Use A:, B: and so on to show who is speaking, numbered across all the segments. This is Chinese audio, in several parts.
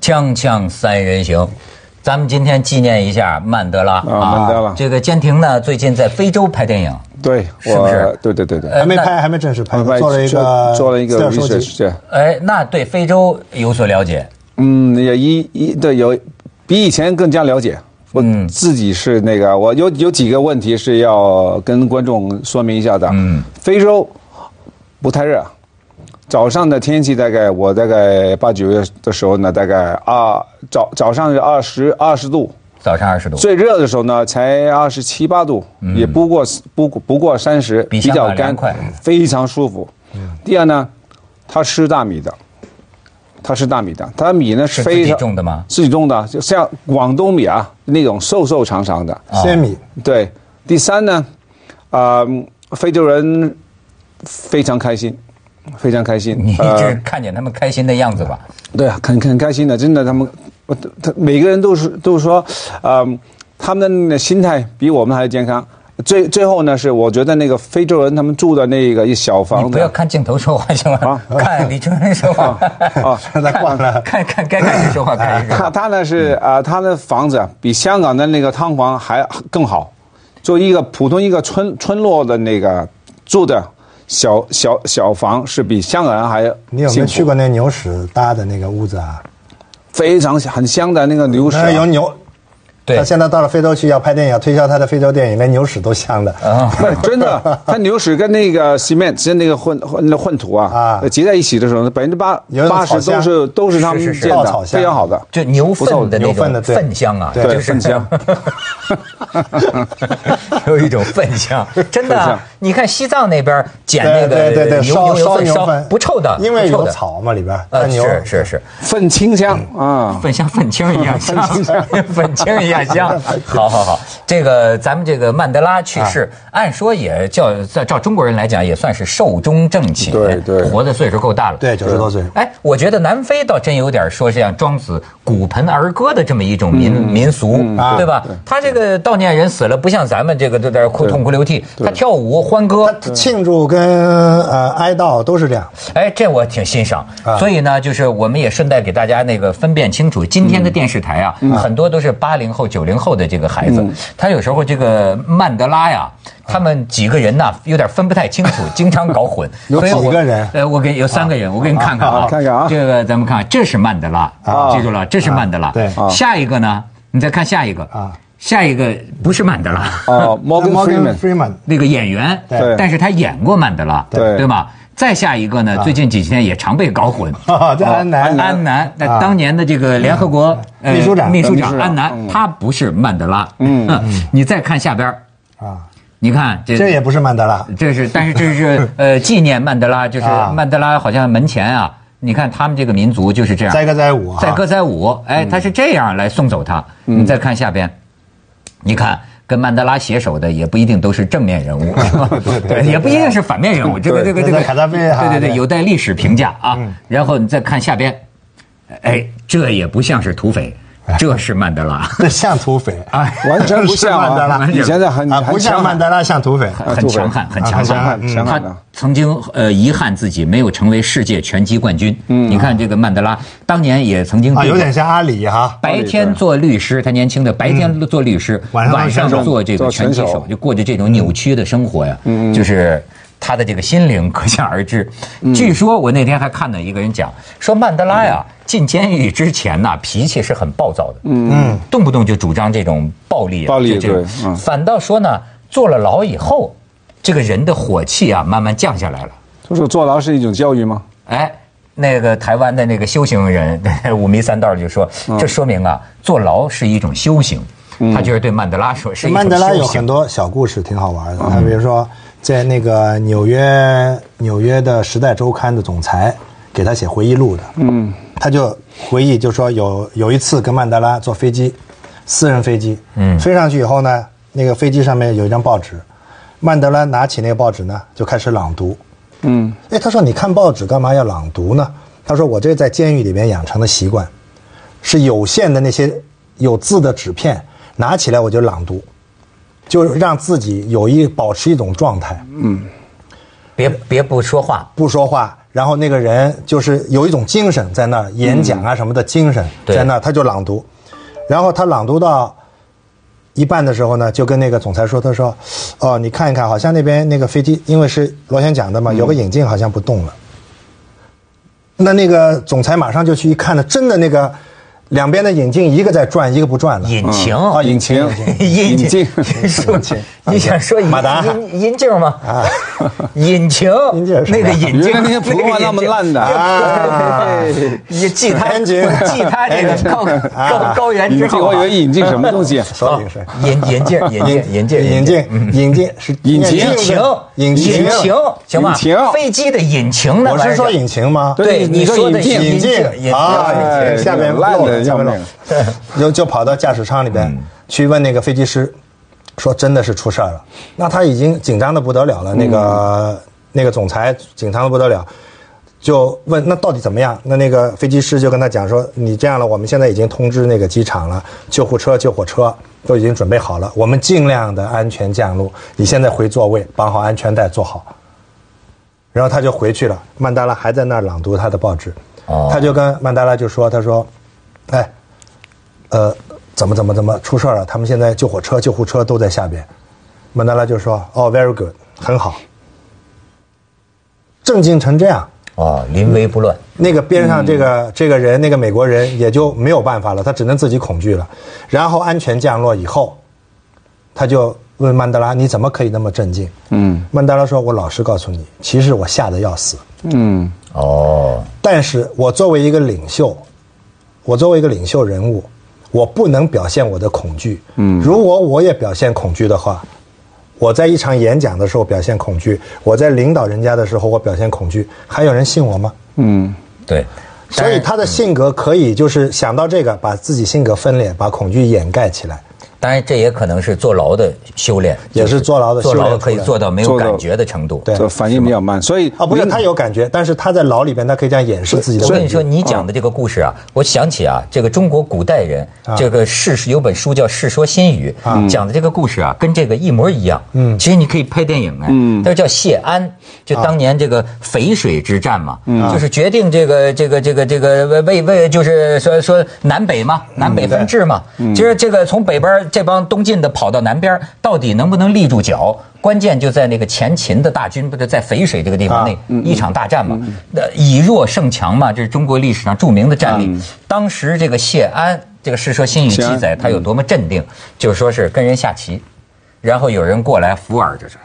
A: 锵锵三人行，咱们今天纪念一下曼德拉啊
B: 曼德拉
A: 这个坚廷呢，最近在非洲拍电影，
B: 对，
A: 是不是
B: 我对对对对，
A: 呃
C: 还没
A: 那
C: 拍，还没正式拍，
B: 我
C: 做了一个
B: 做了一
C: 资
B: 个
C: 料收集
B: research，对，
A: 哎，那对非洲有所了解。
B: 嗯，也一一对有比以前更加了解。我
C: 嗯
B: 自己是那个，我有有几个问题是要跟观众说明一下的。嗯，非洲不太热，早上的天气大概我大概八九月的时候呢，大概二早早上是二十二十度，
A: 早上二十度，
B: 最热的时候呢，才二十七八度，也不过不不过三十，
A: 嗯比
B: 比
A: 香港
B: 较干
A: 凉快，嗯
B: 非常舒服。第二呢，它吃大米的，它吃大米的，它米呢
A: 是
B: 是
A: 自
B: 非
A: 己
B: 常
A: 种的吗？
B: 自己种的，就像广东米啊那种瘦瘦长长的。
C: 鲜
A: 啊
C: 米，
B: 对，第三呢，啊、非洲人非常开心，非常开心。
A: 你
B: 呃
A: 这看见他们开心的样子吧？
B: 对啊，很很开心的，真的，他们，我他每个人都是都说，啊、他们的心态比我们还健康。最最后呢，是我觉得那个非洲人他们住的那个一小
A: 你
B: 房
A: 不
B: 子啊
A: 要看镜头说话行吗？看李春生说话，
B: 啊，
C: 在逛了。
A: 看看该看谁说话看谁说话。
B: 他他呢是
C: 嗯
B: 啊、他的房子比香港的那个汤房还更好，就一个普通一个村村落的那个住的小小小房是比香港人还
C: 你有没
B: 幸
C: 有
B: 福
C: 去过那牛屎搭的那个屋子啊？
B: 非常很香的那个牛屎啊、
C: 那有牛，
A: 对
C: 他，现在到了非洲去要拍电影，推销他的非洲电影，连牛屎都香的。
A: 啊，
B: 真 的，它牛屎跟那个 cement 跟那个混混混土啊
C: 啊，
B: 结在一起的时候，百分之八
C: 有那种
B: 八十
C: 草香
B: 都是都是他们
A: 是是是
B: 建
C: 稻
B: 的，
C: 草香
B: 非常好的。
A: 就牛粪的那
C: 牛粪
A: 种
C: 的对
A: 粪香啊，
C: 对
A: 就
B: 粪香，
A: 有一种粪 香，真的
B: 粪香
A: 啊。你看西藏那边捡那
C: 对对对
A: 个
C: 对，
A: 牛
C: 烧
A: 牛
C: 烧
A: 粪
C: 牛
A: 烧
C: 粪
A: 不臭的，
C: 因为
A: 不臭
C: 有
A: 的。
C: 草嘛里边，
A: 呃，
C: 但牛
A: 是是 是，
B: 粪清香
C: 嗯
B: 啊，
A: 粉香粉青一样 香，粉青一样香。 好好好，这个咱们这个曼德拉去世，
C: 啊
A: 按说也叫在照中国人来讲也算是寿终正寝，
B: 对对
A: 活的岁数够大了。
C: 对，九十多岁。
A: 哎，我觉得南非倒真有点说是像庄子骨盆儿歌的这么一种民、民俗，
C: 啊
A: 嗯对吧？他这个悼念人死了，不像咱们这个在这儿哭痛哭流涕，他跳舞欢歌，
C: 他庆祝跟呃哀悼都是这样，
A: 哎，这我挺欣赏。
C: 啊
A: 所以呢，就是我们也顺带给大家那个分辨清楚，今天的
C: 嗯
A: 电视台啊，很多都是八零后、九零后的这个孩
C: 嗯
A: 子，他有时候这个曼德拉呀，
C: 啊
A: 他们几个人呐、有点分不太清楚，经常搞混。
C: 有
A: 所以我
C: 几个人
A: 呃，我给有三个人，我给你看看啊，
B: 啊看看啊
A: 这个咱们看，这是曼德拉，
B: 啊
A: 记住了，这是曼德拉。
C: 啊对啊
A: 下一个呢，你再看下一个
C: 啊，
A: 下一个不是曼德拉。
B: 哦，Morgan Freeman，
C: Freeman
A: 那个演员，
B: 对
A: 但是他演过曼德拉，
B: 对
A: 对吧？再下一个呢，最近几天也常被搞混。
C: 啊，在啊安南
A: 哦安南，那
C: 啊
A: 当年的这个联合国呃
C: 秘书长嗯
A: 秘书
B: 秘
A: 长
B: 书长
A: 安南，他不是曼德拉。嗯， 你再看下边儿
C: 啊，
A: 你看这
C: 这也不是曼德拉，
A: 这是，但是这是呃纪念曼德拉，就是
C: 啊
A: 曼德拉好像门前啊，你看他们这个民族就是这样，
C: 载歌载舞啊哈
A: 载 歌载舞，哎，他是这样来送走他。
C: 嗯
A: 你再看下边，你看。跟曼德拉携手的也不一定都是正面人 物，是吧对，也不一定是反面人物。这个这个这个，
C: 那在卡扎菲哈
A: 对对对，
C: 对
A: 有待历史评价啊。
C: 嗯
A: 然后你再看下边，哎，这也不像是土匪，
C: 哎
A: 这是曼德拉，
C: 这像土匪啊，
B: 完全不
C: 是
B: 像
C: 曼德
B: 啊！
C: 拉
B: 以前的很
C: 啊，不
B: 很
C: 像
B: 强
C: 曼
B: 悍，
C: 德拉像土匪，啊
A: 很强悍，很强
C: 很强
A: 悍
C: 悍。嗯
B: 强悍
A: 他
B: 的。
A: 曾经呃遗憾自己没有成为世界拳击冠军。你看这个曼德拉当年也曾经
C: 嗯啊，
A: 对
C: 有点像阿里哈。
A: 白天做律师，他年轻的白天做律师，
C: 晚上
A: 晚上做这个
B: 做
A: 拳
B: 拳
A: 击
B: 手
A: 手，就过着这种扭曲的生活呀。就是他的这个心灵可想而知。据说我那天还看到一个人讲，说曼德拉呀进监狱之前呐、脾气是很暴躁的，嗯，动不动就主张这种暴力啊，
B: 暴力
A: 就这种
B: 对嗯
A: 反倒说呢，坐了牢以后，这个人的火气啊慢慢降下来了。
B: 就是坐牢是一种教育吗？
A: 哎，那个台湾的那个修行人 五迷三道就说，这说明啊，坐牢是一种修行。他就是对曼德拉说，是一种
C: 曼德拉有
A: 修行
C: 很多小故事，挺好玩的。啊，比如说，在那个纽约纽约的《时代周刊》的总裁给他写回忆录的，嗯，他就回忆，就说有有一次跟曼德拉坐飞机，私人飞机，嗯，飞上去以后呢，那个飞机上面有一张报纸，曼德拉拿起那个报纸呢，就开始朗读，
B: 嗯，
C: 哎，他说你看报纸干嘛要朗读呢？他说我这在监狱里面养成的习惯，是有限的那些有字的纸片拿起来我就朗读，就让自己有一保持一种状态。
A: 别别不说话，
C: 不说话，然后那个人就是有一种精神在那儿，演讲啊什么的精神
A: 嗯对
C: 在那儿，他就朗读，然后他朗读到一半的时候呢，就跟那个总裁说，他说，哦，你看一看，好像那边那个飞机，因为是螺旋桨的
A: 嗯
C: 嘛，有个引擎好像不动了。那那个总裁马上就去一看呢，真的那个两边的引擎一个在转，一个不转了。
A: 引擎
C: 啊
B: 嗯引擎
A: 引
B: 引
A: 擎
B: 擎，
A: 引擎，你想说引
C: 马达
A: 引引擎吗？
C: 啊，
A: 引擎
C: 引擎，是
A: 那个引
B: 原
A: 擎
B: 来，那些普通话那么烂 的
C: 啊
A: 啊！也记他，
C: 引擎
A: 记他这个高高高原之
B: 引进，
A: 后
B: 我
A: 啊，哦
B: 以为引进什么东西，啊
C: 说了一个事儿。
A: 引引镜， 引镜，引镜，
C: 引进引进是
B: 引擎
A: 引擎，
C: 引
A: 引
C: 擎
A: 擎，，行吧
B: 引擎？
A: 飞机的引擎呢？
C: 我是说引擎吗？
A: 对
B: 你
A: 你
B: 说
A: 说的
B: 引进
A: 引
C: 进
A: 引
C: 啊，
A: 擎
B: 哎
C: 引擎下面
B: 烂
C: 漏
B: 的
C: 了，下面漏
B: 要 嗯
C: 了，就就跑到驾驶舱里边去问那个飞机师，说真的是出事儿了。那他已经紧张的不得了了，那
B: 嗯
C: 个那个总裁紧张的不得了。就问那到底怎么样？那那个飞机师就跟他讲说，你这样了，我们现在已经通知那个机场了，救护车、救火车都已经准备好了，我们尽量的安全降落。你现在回座位，绑好安全带，坐好。然后他就回去了，曼德拉还在那儿朗读他的报纸，
A: 哦
C: 他就跟曼德拉就说：“他说，哎，呃，怎么怎么怎么出事儿了？他们现在救火车、救护车都在下边。”曼德拉就说：“哦，very good，很好。”震惊成这样，
A: 哦，临危不乱。
C: 那个边上这个、这个人，那个美国人也就没有办法了，他只能自己恐惧了。然后安全降落以后，他就问曼德拉：“你怎么可以那么镇静？”嗯，曼德拉说：“我老实告诉你，其实我吓得要死，
B: 嗯，
A: 哦，
C: 但是我作为一个领袖，我作为一个领袖人物，我不能表现我的恐惧。嗯，如果我也表现恐惧的话，我在一场演讲的时候表现恐惧，我在领导人家的时候我表现恐惧，还有人信我吗？
A: 对，
C: 所以他的性格可以就是想到这个，把自己性格分裂，把恐惧掩盖起来，
A: 当然这也可能是坐牢的修炼，
C: 也是坐牢的
A: 坐
C: 修
A: 牢
C: 炼
A: 可以做
C: 到
A: 到没有
B: 做到
A: 感觉的程度。
C: 对
B: 这反应比较慢，所以
C: 啊，不是他有感觉，但是他在牢里边，他可以这样掩饰自己的
A: 我跟
C: 问
A: 你
C: 题。
A: 说，你讲的这个故事啊，我想起啊，这个中国古代人，
C: 啊
A: 这个世有本书叫《世说新语》，讲的这个故事啊，跟这个一模一样。嗯，其实你可以拍电影哎，嗯，它叫谢安，就
C: 啊
A: 当年这个淝水之战嘛，就是决定这个这个这个这个为为就是说说南北嘛，南北分治嘛。
C: 嗯
A: 其实这个从北边这帮东晋的跑到南边，到底能不能立住脚？关键就在那个前秦的大军不是在淝水这个地方
C: 啊
A: 那一场大战嘛，那以弱胜强嘛，这是中国历史上著名的战例。当时这个谢安，这个《世说新语》
B: 谢安
A: 记载他有多么镇定，就说是跟人下棋，然后有人过来扶耳，就是，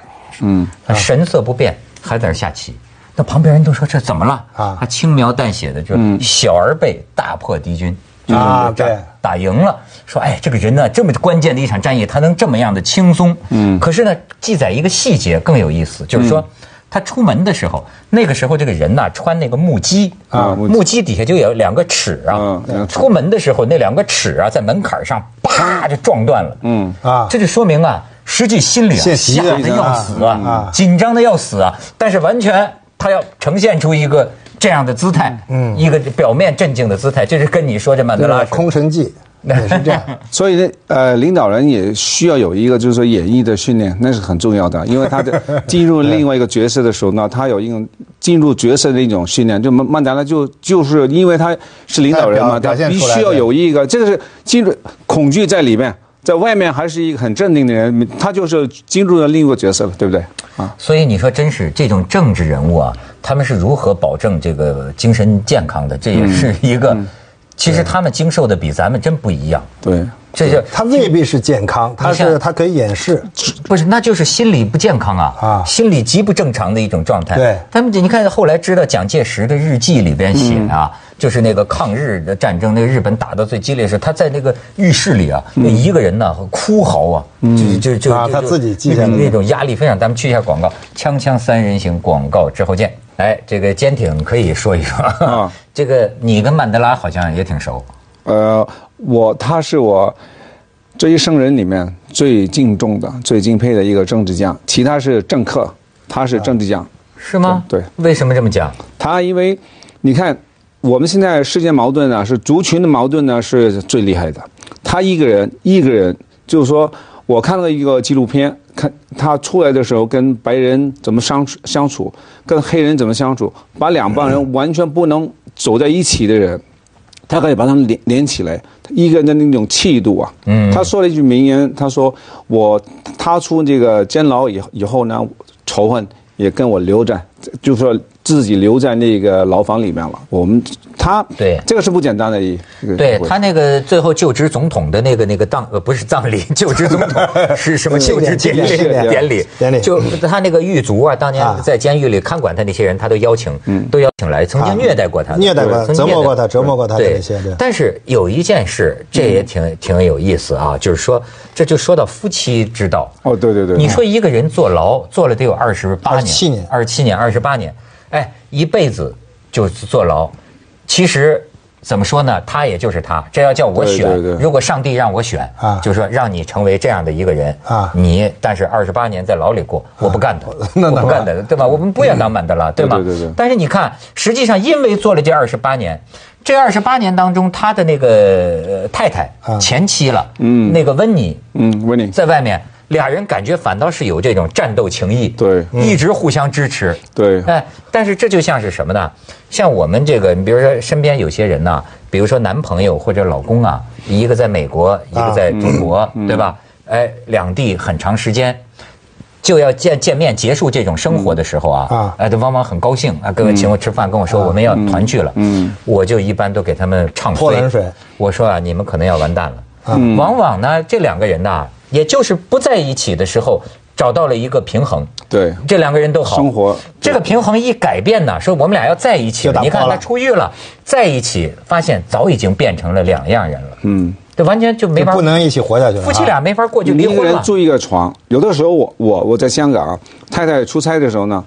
A: 嗯，神色不变，还在那下棋。那旁边人都说这怎么了
C: 啊
A: 他轻描淡写的就小而辈大破敌军，就是
C: 啊
A: 这个
C: 对
A: 打赢了，说哎，这个人呢，这么关键的一场战役，他能这么样的轻松。嗯，可是呢，记载一个细节更有意思，就是说。他出门的时候，那个时候这个人呐、穿那个木屐
B: 啊木屐
A: 木屐底下就有两个齿啊
B: 嗯两个。齿
A: 出门的时候，那两个齿啊，在门槛上啪就撞断了。嗯
C: 啊
A: 这就说明啊，实际心里啊
C: 现
A: 吓
C: 实的
A: 得要死啊，
C: 啊啊
A: 紧张的要死啊，但是完全他要呈现出一个这样的姿态，嗯，一个表面镇静的姿态，这是跟你说这曼德拉
C: 啊
A: 是
C: 空 城计也是这样。
B: 所以呢，呃，领导人也需要有一个就是说演绎的训练，那是很重要的，因为他 的进入另外一个角色的时候呢，他有一种进入角色的一种训练。就曼曼达拉就就是因为他是领导人嘛，
C: 他表
B: 他
C: 表现
B: 必
C: 出来
B: 须要
C: 对
B: 有一个这个是进入恐惧在里面，在外面还是一个很镇定的人，他就是进入了另一个角色了，对不对？啊，
A: 所以你说，真是这种政治人物啊，他们是如何保证这个精神健康的？这也是一个，其实他们经受的比咱们真不一样。
B: 对。
A: 这就
C: 他未必是健康，他
A: 你
C: 是
A: 看
C: 他可以掩饰。
A: 不是，那就是心理不健康啊，
C: 啊
A: 心理极不正常的一种状态。
C: 对
A: 他们你看后来知道蒋介石的日记里边写啊，
C: 嗯
A: 就是那个抗日的战争，那个日本打到最激烈时，他在那个浴室里啊，那一个人呢哭嚎啊，就就就
C: 嗯啊
A: 就
C: 他
A: 就
C: 自己记
A: 那
C: 下来
A: 种那种压力非常。咱们去一下广告，锵锵三人行广告之后见。哎，这个坚挺可以说一说，
B: 啊
A: 这个你跟曼德拉好像也挺熟。
B: 呃，我他是我这一生人里面最敬重的、最敬佩的一个政治家，其他是政客，他是政治家。
A: 是吗？
B: 对对
A: 为什么这么讲？
B: 他因为你看，我们现在世界矛盾呢、是族群的矛盾呢是最厉害的。他一个人一个人，就是说我看到一个纪录片，看他出来的时候跟白人怎么相处相处，跟黑人怎么相处，把两帮人完全不能走在一起的人，他可以把他们连连起来，一个人的那种气度啊。嗯，他说了一句名言，他说：“我踏出这个监牢以以后呢，仇恨也跟我留在，就说自己留在那个牢房里面了。”我们他
A: 对
B: 这个是不简单的一一个
A: 对
B: 机会
A: 他那个最后就职总统的那个那个葬呃不是葬 礼，就职总统是什么 就职典礼
C: 是的
A: 典礼
C: 典礼嗯
A: 就他那个狱卒啊，当年
C: 啊嗯
A: 在监狱里看管他那些人，他都邀请，都邀请来，曾经虐待过他的，
C: 啊虐待过
A: 曾
C: 他，
A: 经
C: 折磨过他，折磨过他的
A: 对
C: 那些，对。嗯
A: 但是有一件事，这也挺挺有意思啊，就是说这就说到夫妻之道。
B: 哦，对对对，
A: 你说一个人坐牢坐了得有二十八年，
C: 27年
A: 二十七年，二十八年，哎，一辈子就是坐牢。其实怎么说呢？他也就是他。这要叫我选，
B: 对对对
A: 如果上帝让我选，
C: 啊
A: 就说让你成为这样的一个人
C: 啊
A: 你但是二十八年在牢里过，我不干他，我不干他，对吧？我们不要当曼德拉，对吗？
B: 对对对
A: 但是你看，实际上因为做了这二十八年，这二十八年当中，他的那个呃太太、前妻了，嗯，那个温妮，
B: 嗯，温宁。
A: 在外面，俩人感觉反倒是有这种战斗情谊，
B: 对
A: 一直互相支持，
B: 对
A: 哎，但是这就像是什么呢？像我们这个，你比如说身边有些人呐，比如说男朋友或者老公啊，一个在美国，一个在中国，对吧？哎，两地很长时间。就要见见面，结束这种生活的时候啊，
C: 啊
A: 哎，这往往很高兴啊，各位请我吃饭，跟我说我们要团聚了，嗯，我就一般都给他们唱
C: 泼
A: 衰
C: 冷水
A: 我说啊，你们可能要完蛋了。往往呢，这两个人呐、也就是不在一起的时候，找到了一个平衡。
B: 对
A: 这两个人都好，
B: 生活
A: 这个平衡一改变呢，说我们俩要在一起
C: 就打
A: 了。你看
C: 破
A: 他
C: 了
A: 出狱了，在一起发现早已经变成了两样人了。嗯，这完全就没
C: 就
A: 法
C: 不能一起活下去了啊。
A: 夫妻俩没法过，就离
B: 你一个
A: 婚
B: 人
A: 了。
B: 住一个床，有的时候我我我在香港啊，太太出差的时候呢，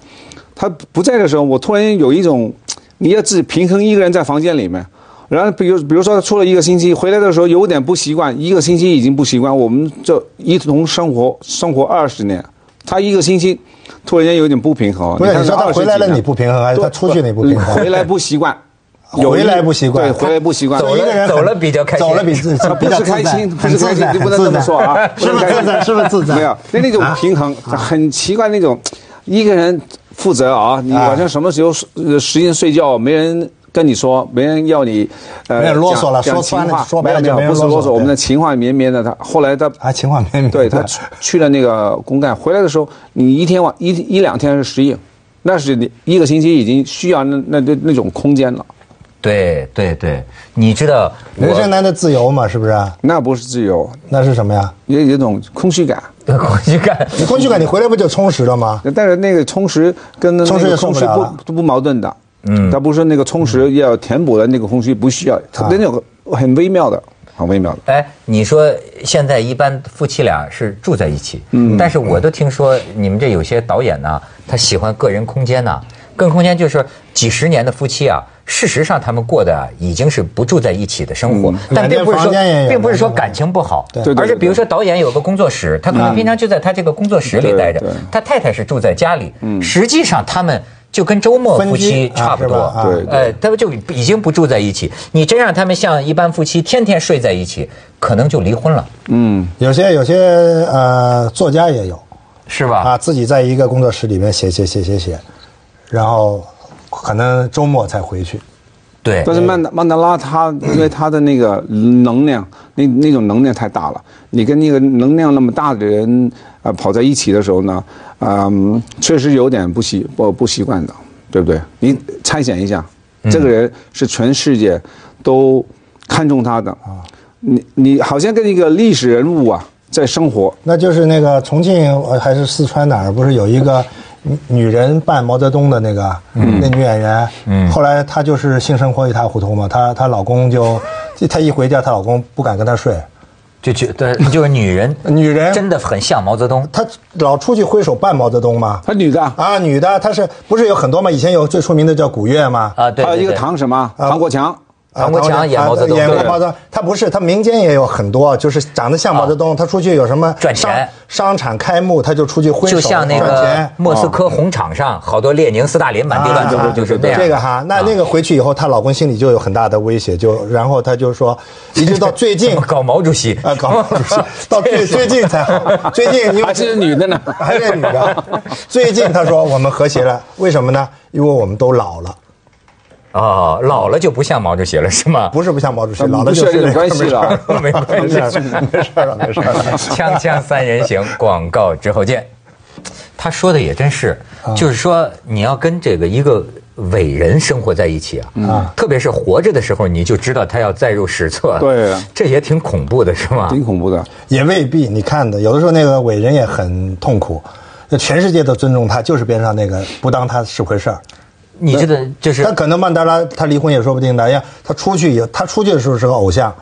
B: 她不在的时候，我突然有一种，你要自己平衡一个人在房间里面。然后，比如，比如说，她出了一个星期，回来的时候有点不习惯，一个星期已经不习惯。我们就一同生活生活二十年，她一个星期突然间有点不平衡。
C: 不是
B: 看
C: 你说
B: 她
C: 他
B: 20
C: 回来了
B: 几年
C: 你不平衡，还是他出去你不平衡？
B: 回来不习惯，有一
C: 回来不习惯
B: 对，回来不习惯，
A: 走
C: 一个人很
A: 走了比较开心
C: 走了 比自
B: 他不
C: 比较
B: 是
C: 自
B: 开
C: 在
B: 心，不
C: 很
B: 是
C: 自
B: 开心
C: 在，
B: 你不
C: 很
B: 能
C: 自
B: 这么
C: 在
B: 说 啊，
C: 是不
B: 不
C: 是
B: 能
C: 自
B: 开 心
C: 在？是不是自在？啊
B: 没有，那那种平衡很奇怪，那种一个人负责啊，你晚上什么时候呃时间睡觉，没人。跟你说，没人要你，呃，
C: 没人啰嗦
B: 讲
C: 了
B: 讲
C: 说
B: 情
C: 穿了
B: 话
C: 说
B: 没有
C: 白了
B: 没
C: 就没
B: 有，不
C: 人
B: 是
C: 啰
B: 啰
C: 嗦
B: 嗦。我们
C: 对
B: 的情话绵绵的，他后来他
C: 啊，情况绵绵。
B: 对他去去了那个公干，回来的时候，你一天晚一一两天是适应，那是你一个星期已经需要那那那那种空间了，
A: 对对对，你知道我
C: 人生难得自由嘛，是不是？
B: 那不是自由，
C: 那是什么呀？
B: 也有一种空虚感。
A: 我去干。
C: 你空虚感，你回来不就充实了吗？
B: 但是那个充实跟那
C: 充实
B: 个
C: 也
B: 空
C: 受不
B: 虚
C: 了
B: 不
C: 了
B: 都不矛盾的，嗯，它不是那个充实要填补的那个空虚，不需要，它
C: 啊
B: 那种很微妙的，很微妙的。
A: 哎，你说现在一般夫妻俩是住在一起，嗯，但是我都听说你们这有些导演呢、他喜欢个人空间呐、个人空间就是几十年的夫妻啊，事实上他们过的啊已经是不住在一起的生活，但并
C: 嗯两间
A: 不是说
C: 房间也有
A: 并不是说感情不好，
C: 对嗯
B: 对对
A: 而是
B: 对
A: 比如说导演有个工作室，他可能平常就在他这个工作室里
B: 对
A: 待着
B: 对，
A: 他太太是住在家里，
C: 嗯
A: 实际上他们就跟周末
C: 分
A: 夫
C: 居
A: 妻
C: 啊
A: 差不
C: 是吧
A: 多，
C: 啊
B: 对
A: 呃，他们就已经不住在一起。你真让他们像一般夫妻天天睡在一起，可能就离婚了，
B: 嗯
C: 有些有些呃，作家也有
A: 是吧？
C: 啊，自己在一个工作室里面写写写写写，然后可能周末才回去。
A: 对
B: 但是
C: 呃
B: 曼德曼德拉他因为他的那个能量，那那种能量太大了。你跟那个能量那么大的人啊、呃跑在一起的时候呢，嗯，确实有点不习不不习惯的，对不对？你猜想一下，
C: 嗯
B: 这个人是全世界都看重他的，
C: 啊
B: 你你好像跟一个历史人物啊在生活，
C: 那就是那个重庆呃还是四川哪儿，不是有一个女女人扮毛泽东的那个、那女演员？后来她就是性生活一塌糊涂嘛，她她老公就，她一回家，她老公不敢跟她睡，，
A: 就觉得就是女人
C: 女人
A: 真的很像毛泽东。
C: 她老出去挥手扮毛泽东嘛。
B: 他女的啊，
C: 啊，女的她是不是有很多嘛？以前有最出名的叫古月嘛，
A: 啊，对，
B: 还有一个
A: 对对
B: 唐什么
C: 啊
B: 唐国强，
C: 啊
A: 唐国强演毛泽东
C: 演过
A: 对
C: 毛泽东，他不是，他民间也有很多，就是长得像毛泽东，他出去有什么
A: 啊赚钱
C: 商商场开幕，他就出去挥手
A: 就像那
C: 赚
A: 个
C: 钱
A: 莫斯科红场上，好多列宁、斯大林满地乱
C: 啊
A: 走，就是啊这
C: 这
A: 样。
C: 个哈，那那个回去以后，她老公心里就有很大的威胁，就然后她就说，一直到 最近
A: 搞毛主席
C: 啊，搞不是到最最近才好，最近因为
B: 还是女的呢？
C: 还是女的，最近她说我们和谐了，为什么呢？因为我们都老了，
A: 哦，老了就不像毛主席了，是吗？
C: 不是不像毛主席，
B: 嗯
C: 老了就
B: 不是
C: 是
B: 有关系了
A: 没关
C: 没
A: 系
C: 事， 儿没事儿了，没事儿了。
A: 锵锵三人行，广告之后见。他说的也真是，
B: 啊
A: 就是说你要跟这个一个伟人生活在一起啊，
B: 嗯
A: 特别是活着的时候，你就知道他要载入史册了。
B: 对啊
A: 这也挺恐怖的，是吗？
B: 挺恐怖的。
C: 也未必。你看的，有的时候那个伟人也很痛苦，就全世界都尊重他，就是边上那个不当他是回事儿。
A: 你这个就是
C: 他可能曼德拉他离婚也说不定的，呀，他出去以后，他出去的时候是个偶像，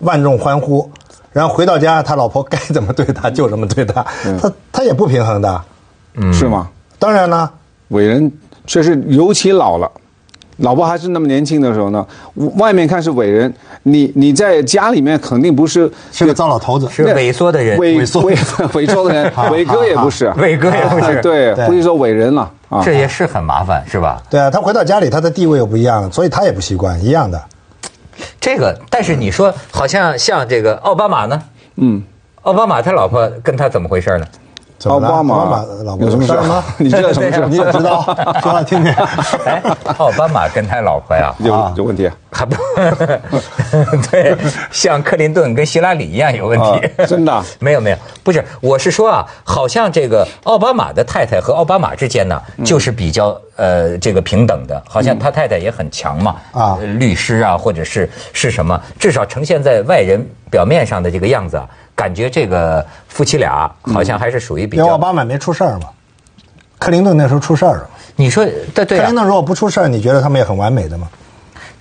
C: 万众欢呼，然后回到家他老婆该怎么对他就怎么对他，
B: 嗯
C: 他他也不平衡的。嗯
B: 是吗？
C: 当然啦，
B: 伟人确实尤其老了，老婆还是那么年轻的时候呢，外面看是伟人，你你在家里面肯定不是
C: 是个糟老头子，
A: 是萎缩的人，
B: 伟
C: 萎缩
B: 伟伟缩的人，伟哥也不是，啊
A: 伟哥也不是，
B: 对，
C: 对
B: 不是说伟人了啊
A: 这。也是很麻烦，是吧？
C: 对啊，他回到家里他的地位又不一样了，所以他也不习惯一样的。
A: 这个，但是你说好像像这个奥巴马呢，
B: 嗯，
A: 奥巴马他老婆跟他怎么回事呢？
C: 怎
B: 奥
C: 么了
B: 巴
C: 奥巴
B: 马
C: 马老婆
B: 有什么事
C: 当然
B: 儿
C: 了？
B: 你知道什么事儿
C: 你也 知道，说来听听。
A: 哎，奥巴马跟他老婆呀，
B: 有有问题啊？
A: 还不 对，像克林顿跟希拉里一样有问题。
B: 啊真的啊
A: 没有没有，不是，我是说啊，好像这个奥巴马的太太和奥巴马之间呢，
C: 嗯
A: 就是比较呃这个平等的，好像他太太也很强嘛，
C: 啊
A: 呃律师啊，或者是是什么，至少呈现在外人表面上的这个样子啊，感觉这个夫妻俩好像还是属于比
C: 嗯因为奥
A: 较。
C: 巴马没出事儿嘛，克林顿那时候出事儿了。
A: 你说对对
C: 克
A: 啊
C: 林，顿如果不出事儿，你觉得他们也很完美的吗？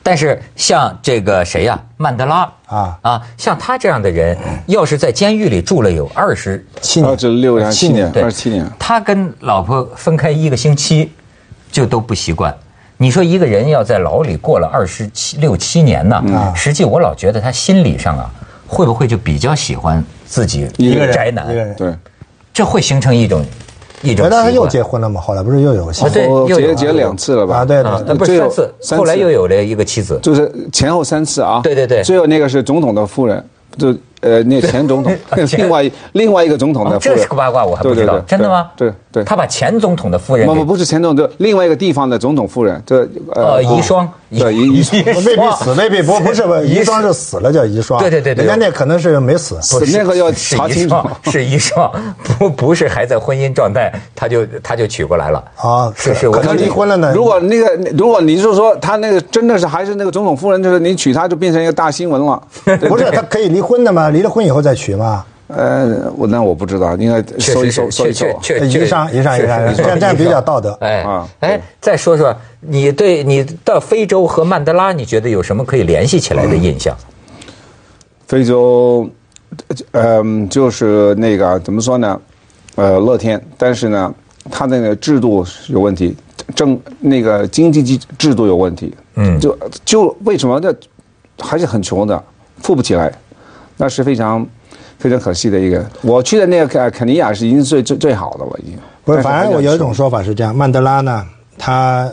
A: 但是像这个谁呀、曼德拉
C: 啊
A: 啊，像他这样的人，要是在监狱里住了有二十
C: 七
B: 二
C: 年，
B: 十啊六年、七年、
A: 对
B: 二十七年，
A: 他跟老婆分开一个星期，就都不习惯。你说一个人要在牢里过了二十七六七年
B: 嗯
A: 呢，
B: 啊
A: 实际我老觉得他心理上啊，会不会就比较喜欢自己
B: 一个人
A: 宅男
C: 一？个人。
B: 对，
A: 这会形成一种一种
C: 哎，
A: 习
C: 但他
A: 惯。
C: 又结婚了嘛？后来不是又有个新
A: 啊对
B: 我
A: 又有
B: 结结两次了吧？
C: 啊？对
A: 啊
C: 对，
A: 那不
B: 最
A: 是
B: 后
A: 三次，
B: 三次
A: 后来又有了一个妻子。
B: 就是前后三次啊。
A: 对对对
B: 最后那个是总统的夫人，就呃那前 总统，另外另外一个总统
A: 哦
B: 的夫
A: 这
B: 人。
A: 是个八卦，我还不知
B: 对对
A: 道，
B: 对
A: 真的吗？
B: 对对。
A: 他把前总统的夫人
B: 不
A: 给
B: 不不是前总统，就另外一个地方的总统夫人，这
A: 呃遗孀，
B: 对遗遗孀
C: 对未必死，未 必不不是吧？遗孀是死了叫遗孀，啊
A: 对对对对
C: 人家那可能是没死，
A: 不是
B: 那个要
A: 是
B: 查
A: 遗
B: 清楚
A: 孀，是遗孀，不不是还在婚姻状态，他就他就娶过来了
C: 啊
A: 是
C: 是
A: 是，我
C: 可能离婚了呢
B: 如果那个，如果你是说他那个真的是还是那个总统夫人，就是你娶她就变成一个大新闻 了。
C: 不是他可以离婚的嘛？离了婚以后再娶嘛？
B: 呃，我那我不知道，应该
A: 确
B: 搜一
A: 实是
B: 搜搜一
A: 确确
B: 搜啊。
A: 确
C: 呃遗
A: 确
C: 孀遗孀
A: 是
C: 遗孀
A: 是
C: 这样这样比较道德
A: 哎
B: 啊
A: 哎，再说说你对你到非洲和曼德拉，你觉得有什么可以联系起来的印象？
B: 非洲，嗯、就是那个怎么说呢，呃，乐天，但是呢，他那个制度是有问题，政那个经济制制度有问题，嗯，就就为什么呢？还是很穷的，富不起来，那是非常非常可惜的一个。我去的那个肯肯尼亚是已经最最最好的了，已经。
C: 不是，
B: 但
C: 反
B: 还
C: 正我
B: 很
C: 有一
B: 穷
C: 种说法是这样：曼德拉呢，他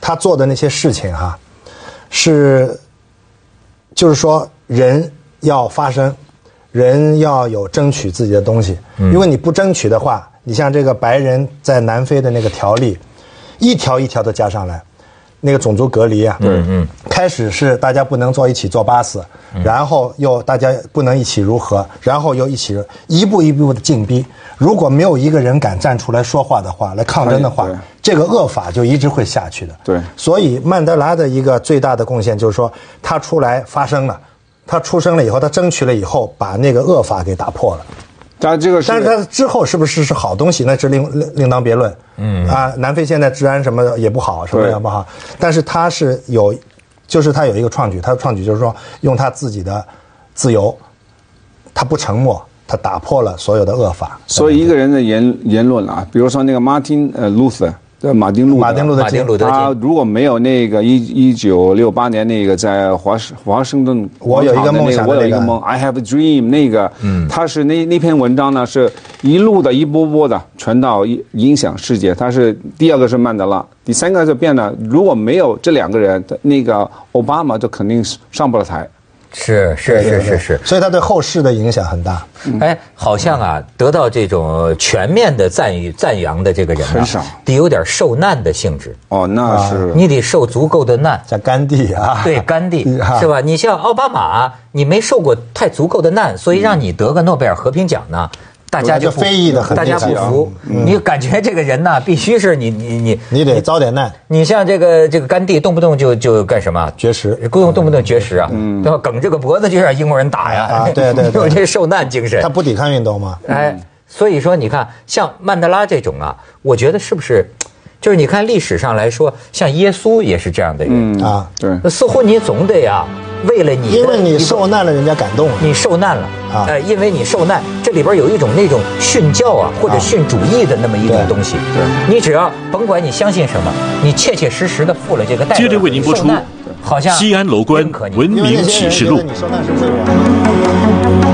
C: 他做的那些事情哈、是就是说人要发声，人要有争取自己的东西。
B: 嗯
C: 如果你不争取的话，你像这个白人在南非的那个条例，一条一条的加上来，那个种族隔离啊，嗯嗯，开始是大家不能坐一起坐巴士，
B: 嗯
C: 然后又大家不能一起如何，然后又一起一步一步的进逼。如果没有一个人敢站出来说话的话，来抗争的话
B: 哎对，
C: 这个恶法就一直会下去的。
B: 对
C: 所以曼德拉的一个最大的贡献就是说，他出来发声了，他出声了以后，他争取了以后，把那个恶法给打破了。
B: 但这个是
C: 但是他之后是不是是好东西，那是另另另当别论。嗯啊，南非现在治安什么也不好，什么也不好，但是他是有，就是他有一个创举，他的创举就是说用他自己的自由，他不沉默，他打破了所有的恶法。
B: 所以一个人的言言论啊，比如说那个 Martin 呃 Luther，呃马丁路德
C: 马丁路德
A: 马丁
C: 金
A: 路德
B: 他
A: 金，
B: 如果没有那个一一九六八年那个在华盛华盛顿
C: 我有一个梦想
B: 我
C: 的
B: 有一个
C: 那个
B: 梦，I have a dream 那个，嗯，他是那那篇文章呢是一路的一波波的传到影影响世界，他是第二个是曼德拉，第三个就变了，如果没有这两个人，那个奥巴马就肯定上不了台。
A: 是是是是是，
C: 所以他对后世的影响很大。
A: 哎，好像啊，得到这种全面的赞誉赞扬的这个人、啊，
B: 很少
A: 得有点受难的性质，
B: 哦，那是
C: 啊
A: 你得受足够的难。
C: 像甘地啊，
A: 对，甘地
C: 啊
A: 是吧？你像奥巴马，你没受过太足够的难，所以让你得个诺贝尔和平奖呢，大家就
C: 嗯就非议得很
A: 大家
C: 厉害
A: 不
C: 啊
A: 服。你感觉这个人呐， 必须是你你你
C: 你得遭点难。
A: 你像这个这个甘地，动不动就就干什么
C: 绝食
A: 动动不动绝食啊，然后梗着个脖子就让英国人打呀，
C: 嗯啊对对对
A: 有这受难精神
D: 哎
C: 他。不抵抗运动吗？
A: 哎，所以说你看，像曼德拉这种啊，我觉得是不是，就是你看历史上来说，像耶稣也是这样的人，
C: 啊，
B: 嗯对。
A: 似乎你总得啊，为了你的，
C: 因为你受难了，人家感动了。
A: 你受难了
C: 啊
A: 呃，因为你受难，这里边有一种那种殉教啊，或者殉主义的那么一种
C: 对
A: 东西。你只要甭管你相信什么，你切切实实的付了这个代价，
D: 接着为您播出
A: 受难好像
D: 西安楼观
A: 认可你
D: 文
C: 因为那
D: 明
C: 些
D: 启
C: 人
D: 示
C: 觉
D: 录
C: 得》。你受难是罪恶。